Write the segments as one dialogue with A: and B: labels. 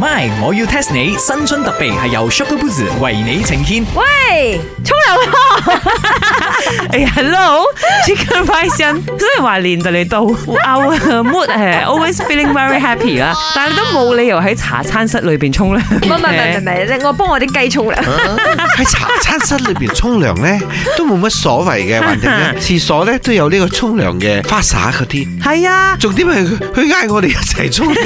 A: My，我要 test 你新春特備係由 Sugar Boost 為你呈現。
B: 喂，沖涼咯！
C: 哎，hello，Chicken Rice，雖然話年就嚟到，our uh, mood 係 always feeling very happy uh. 啦，但係你都冇理由喺茶餐室裏邊沖涼
B: 唔係唔係唔
C: 嘅。
B: 係，我幫我啲雞沖涼。
D: 喺茶餐室裏邊沖涼咧，都冇乜所謂嘅，橫掂 咧，廁所咧都有呢個沖涼嘅花灑嗰啲。
C: 係啊，
D: 重點係佢佢嗌我哋一齊沖涼，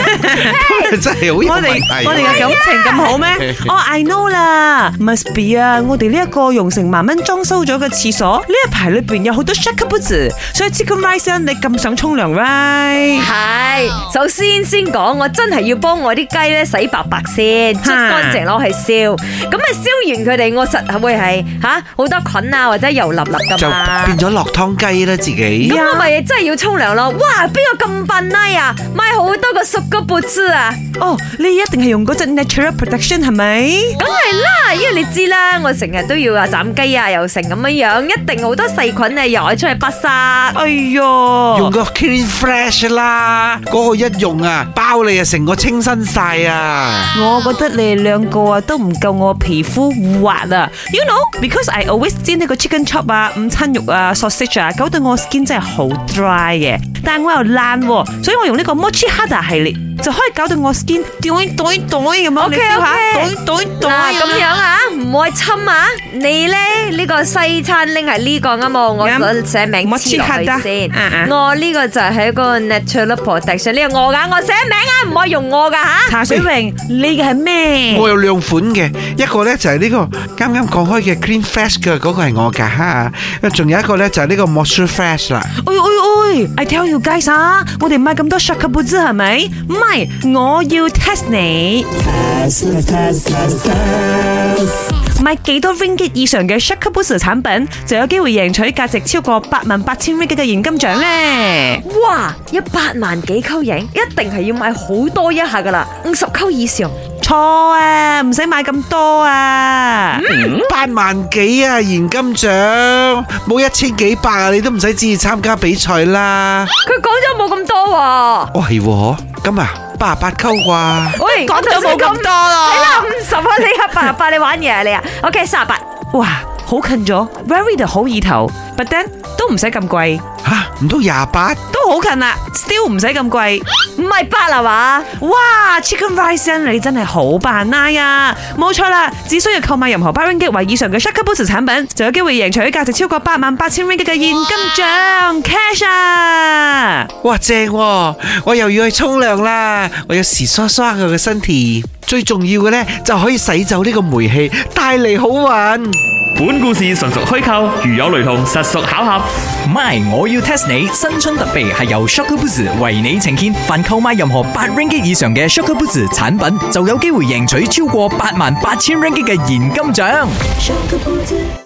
D: 咁真係好有
C: 我
D: 問
C: 哋
D: 題。
C: 我哋嘅感啊情咁好咩？哦，I Oh, know 啦，must be uh, 啊！我哋呢一個用成萬蚊裝修咗嘅廁所，呢一排裏邊有好多 shaker boots，所以 Chicken Rice，你咁想沖涼 right？
B: 係，首先先講，我真係要幫我啲雞咧洗白白先，捽乾淨攞去燒。咁啊燒完佢哋，我實係會係吓好多菌啊，或者油粒粒
D: 就
B: 噶嘛。
D: 變咗落湯雞啦，自己。
B: 咁我咪真係要沖涼咯！哇，邊個咁笨啊呀？買好多個 Sugar Boots 啊！
C: 哦，你一定係用嗰隻 natural protection 係咪？
B: 梗係啦，因為你知啦，我成日都要啊斬雞啊，又成咁樣樣，一定好多細菌啊，又出去不殺。
C: 哎喲，
D: 用個 Clean Fresh 啦，嗰個一用啊，包你啊成個清新晒啊！
C: 我覺得你哋兩個啊都唔夠我皮膚滑啊，you know，because I always 煎呢個 chicken chop 啊、午餐肉啊、sausage 啊，搞到我 skin 真係好 dry 嘅。但係我又爛喎，所以我用呢個 mochi hada 系列就可以搞到我 skin 袋袋袋咁樣，你
B: OK，OK
C: 睇下袋袋
B: 嗱
C: 袋
B: 咁樣啊，唔愛侵啊！你咧呢個西餐拎係呢個啊嘛，我
C: 啱
B: 寫名
C: 我
B: 黐
C: 黐
B: 落
C: 黑得
B: 去
C: 啊
B: 先。
C: 啊
B: 我呢個就係個 natural protection，呢個我噶，我寫名啊，唔可以用我噶吓。
C: 茶水榮，你嘅係咩？
D: 我有兩款嘅，一個咧就係呢個啱啱講開嘅 Clean Fresh 嘅嗰個係我㗎嚇，仲有一個咧就係呢個 Moisture Fresh 啦。
C: 哎哎哎！I tell you guys 啊，我哋買咁多 shark b o o t 係咪？唔係，我要 test 你。買幾多 ringgit 以上嘅 shark b o o t 產品，就有機會贏取價值超過八萬八千 ringgit 嘅現金獎咧。
B: 哇，一百萬幾溝影，一定係要買好多一下噶啦，五十溝以上。
C: 錯啊，唔使買咁多啊。
D: 八萬幾啊，現金獎冇一千幾百啊，你都唔使旨意參加比賽啦。
B: 佢講咗冇咁多喎。
D: 哦係喎，咁啊八十八溝啩，
B: 喂，
C: 講到冇咁多咯
B: 你啦五十啊，你啊八十八，你玩嘢啊你啊，OK 三十八，
C: 哇，好近咗，very 就好意頭，but then 都唔使咁貴，
D: 吓唔到廿八，
C: 都好近啦，still à, 唔使咁貴。
B: 唔係八啦嘛，
C: 哇，Chicken Rice 你真係好扮奶啊！冇錯啦，只需要購買任何 b a r i n g 或以上嘅 Shark Boots 產品，就有機會贏取價值超過八萬八千 ringgit 嘅現金獎 cash 啊！
D: 哇正喎！我又要去沖涼啦，我要時梳梳下佢嘅身體，最重要嘅呢，就可以洗走呢個霉氣，帶嚟好運。
E: 本故事純屬虛構，如有雷同，實屬巧合。
A: My，我要 test 你新春特備係由 Sugar Boost 為你呈現。凡購買任何八 ringgit 以上嘅 Sugar Boost 產品，就有機會贏取超過八萬八千 ringgit 嘅現金獎。
F: Shaka Buddha.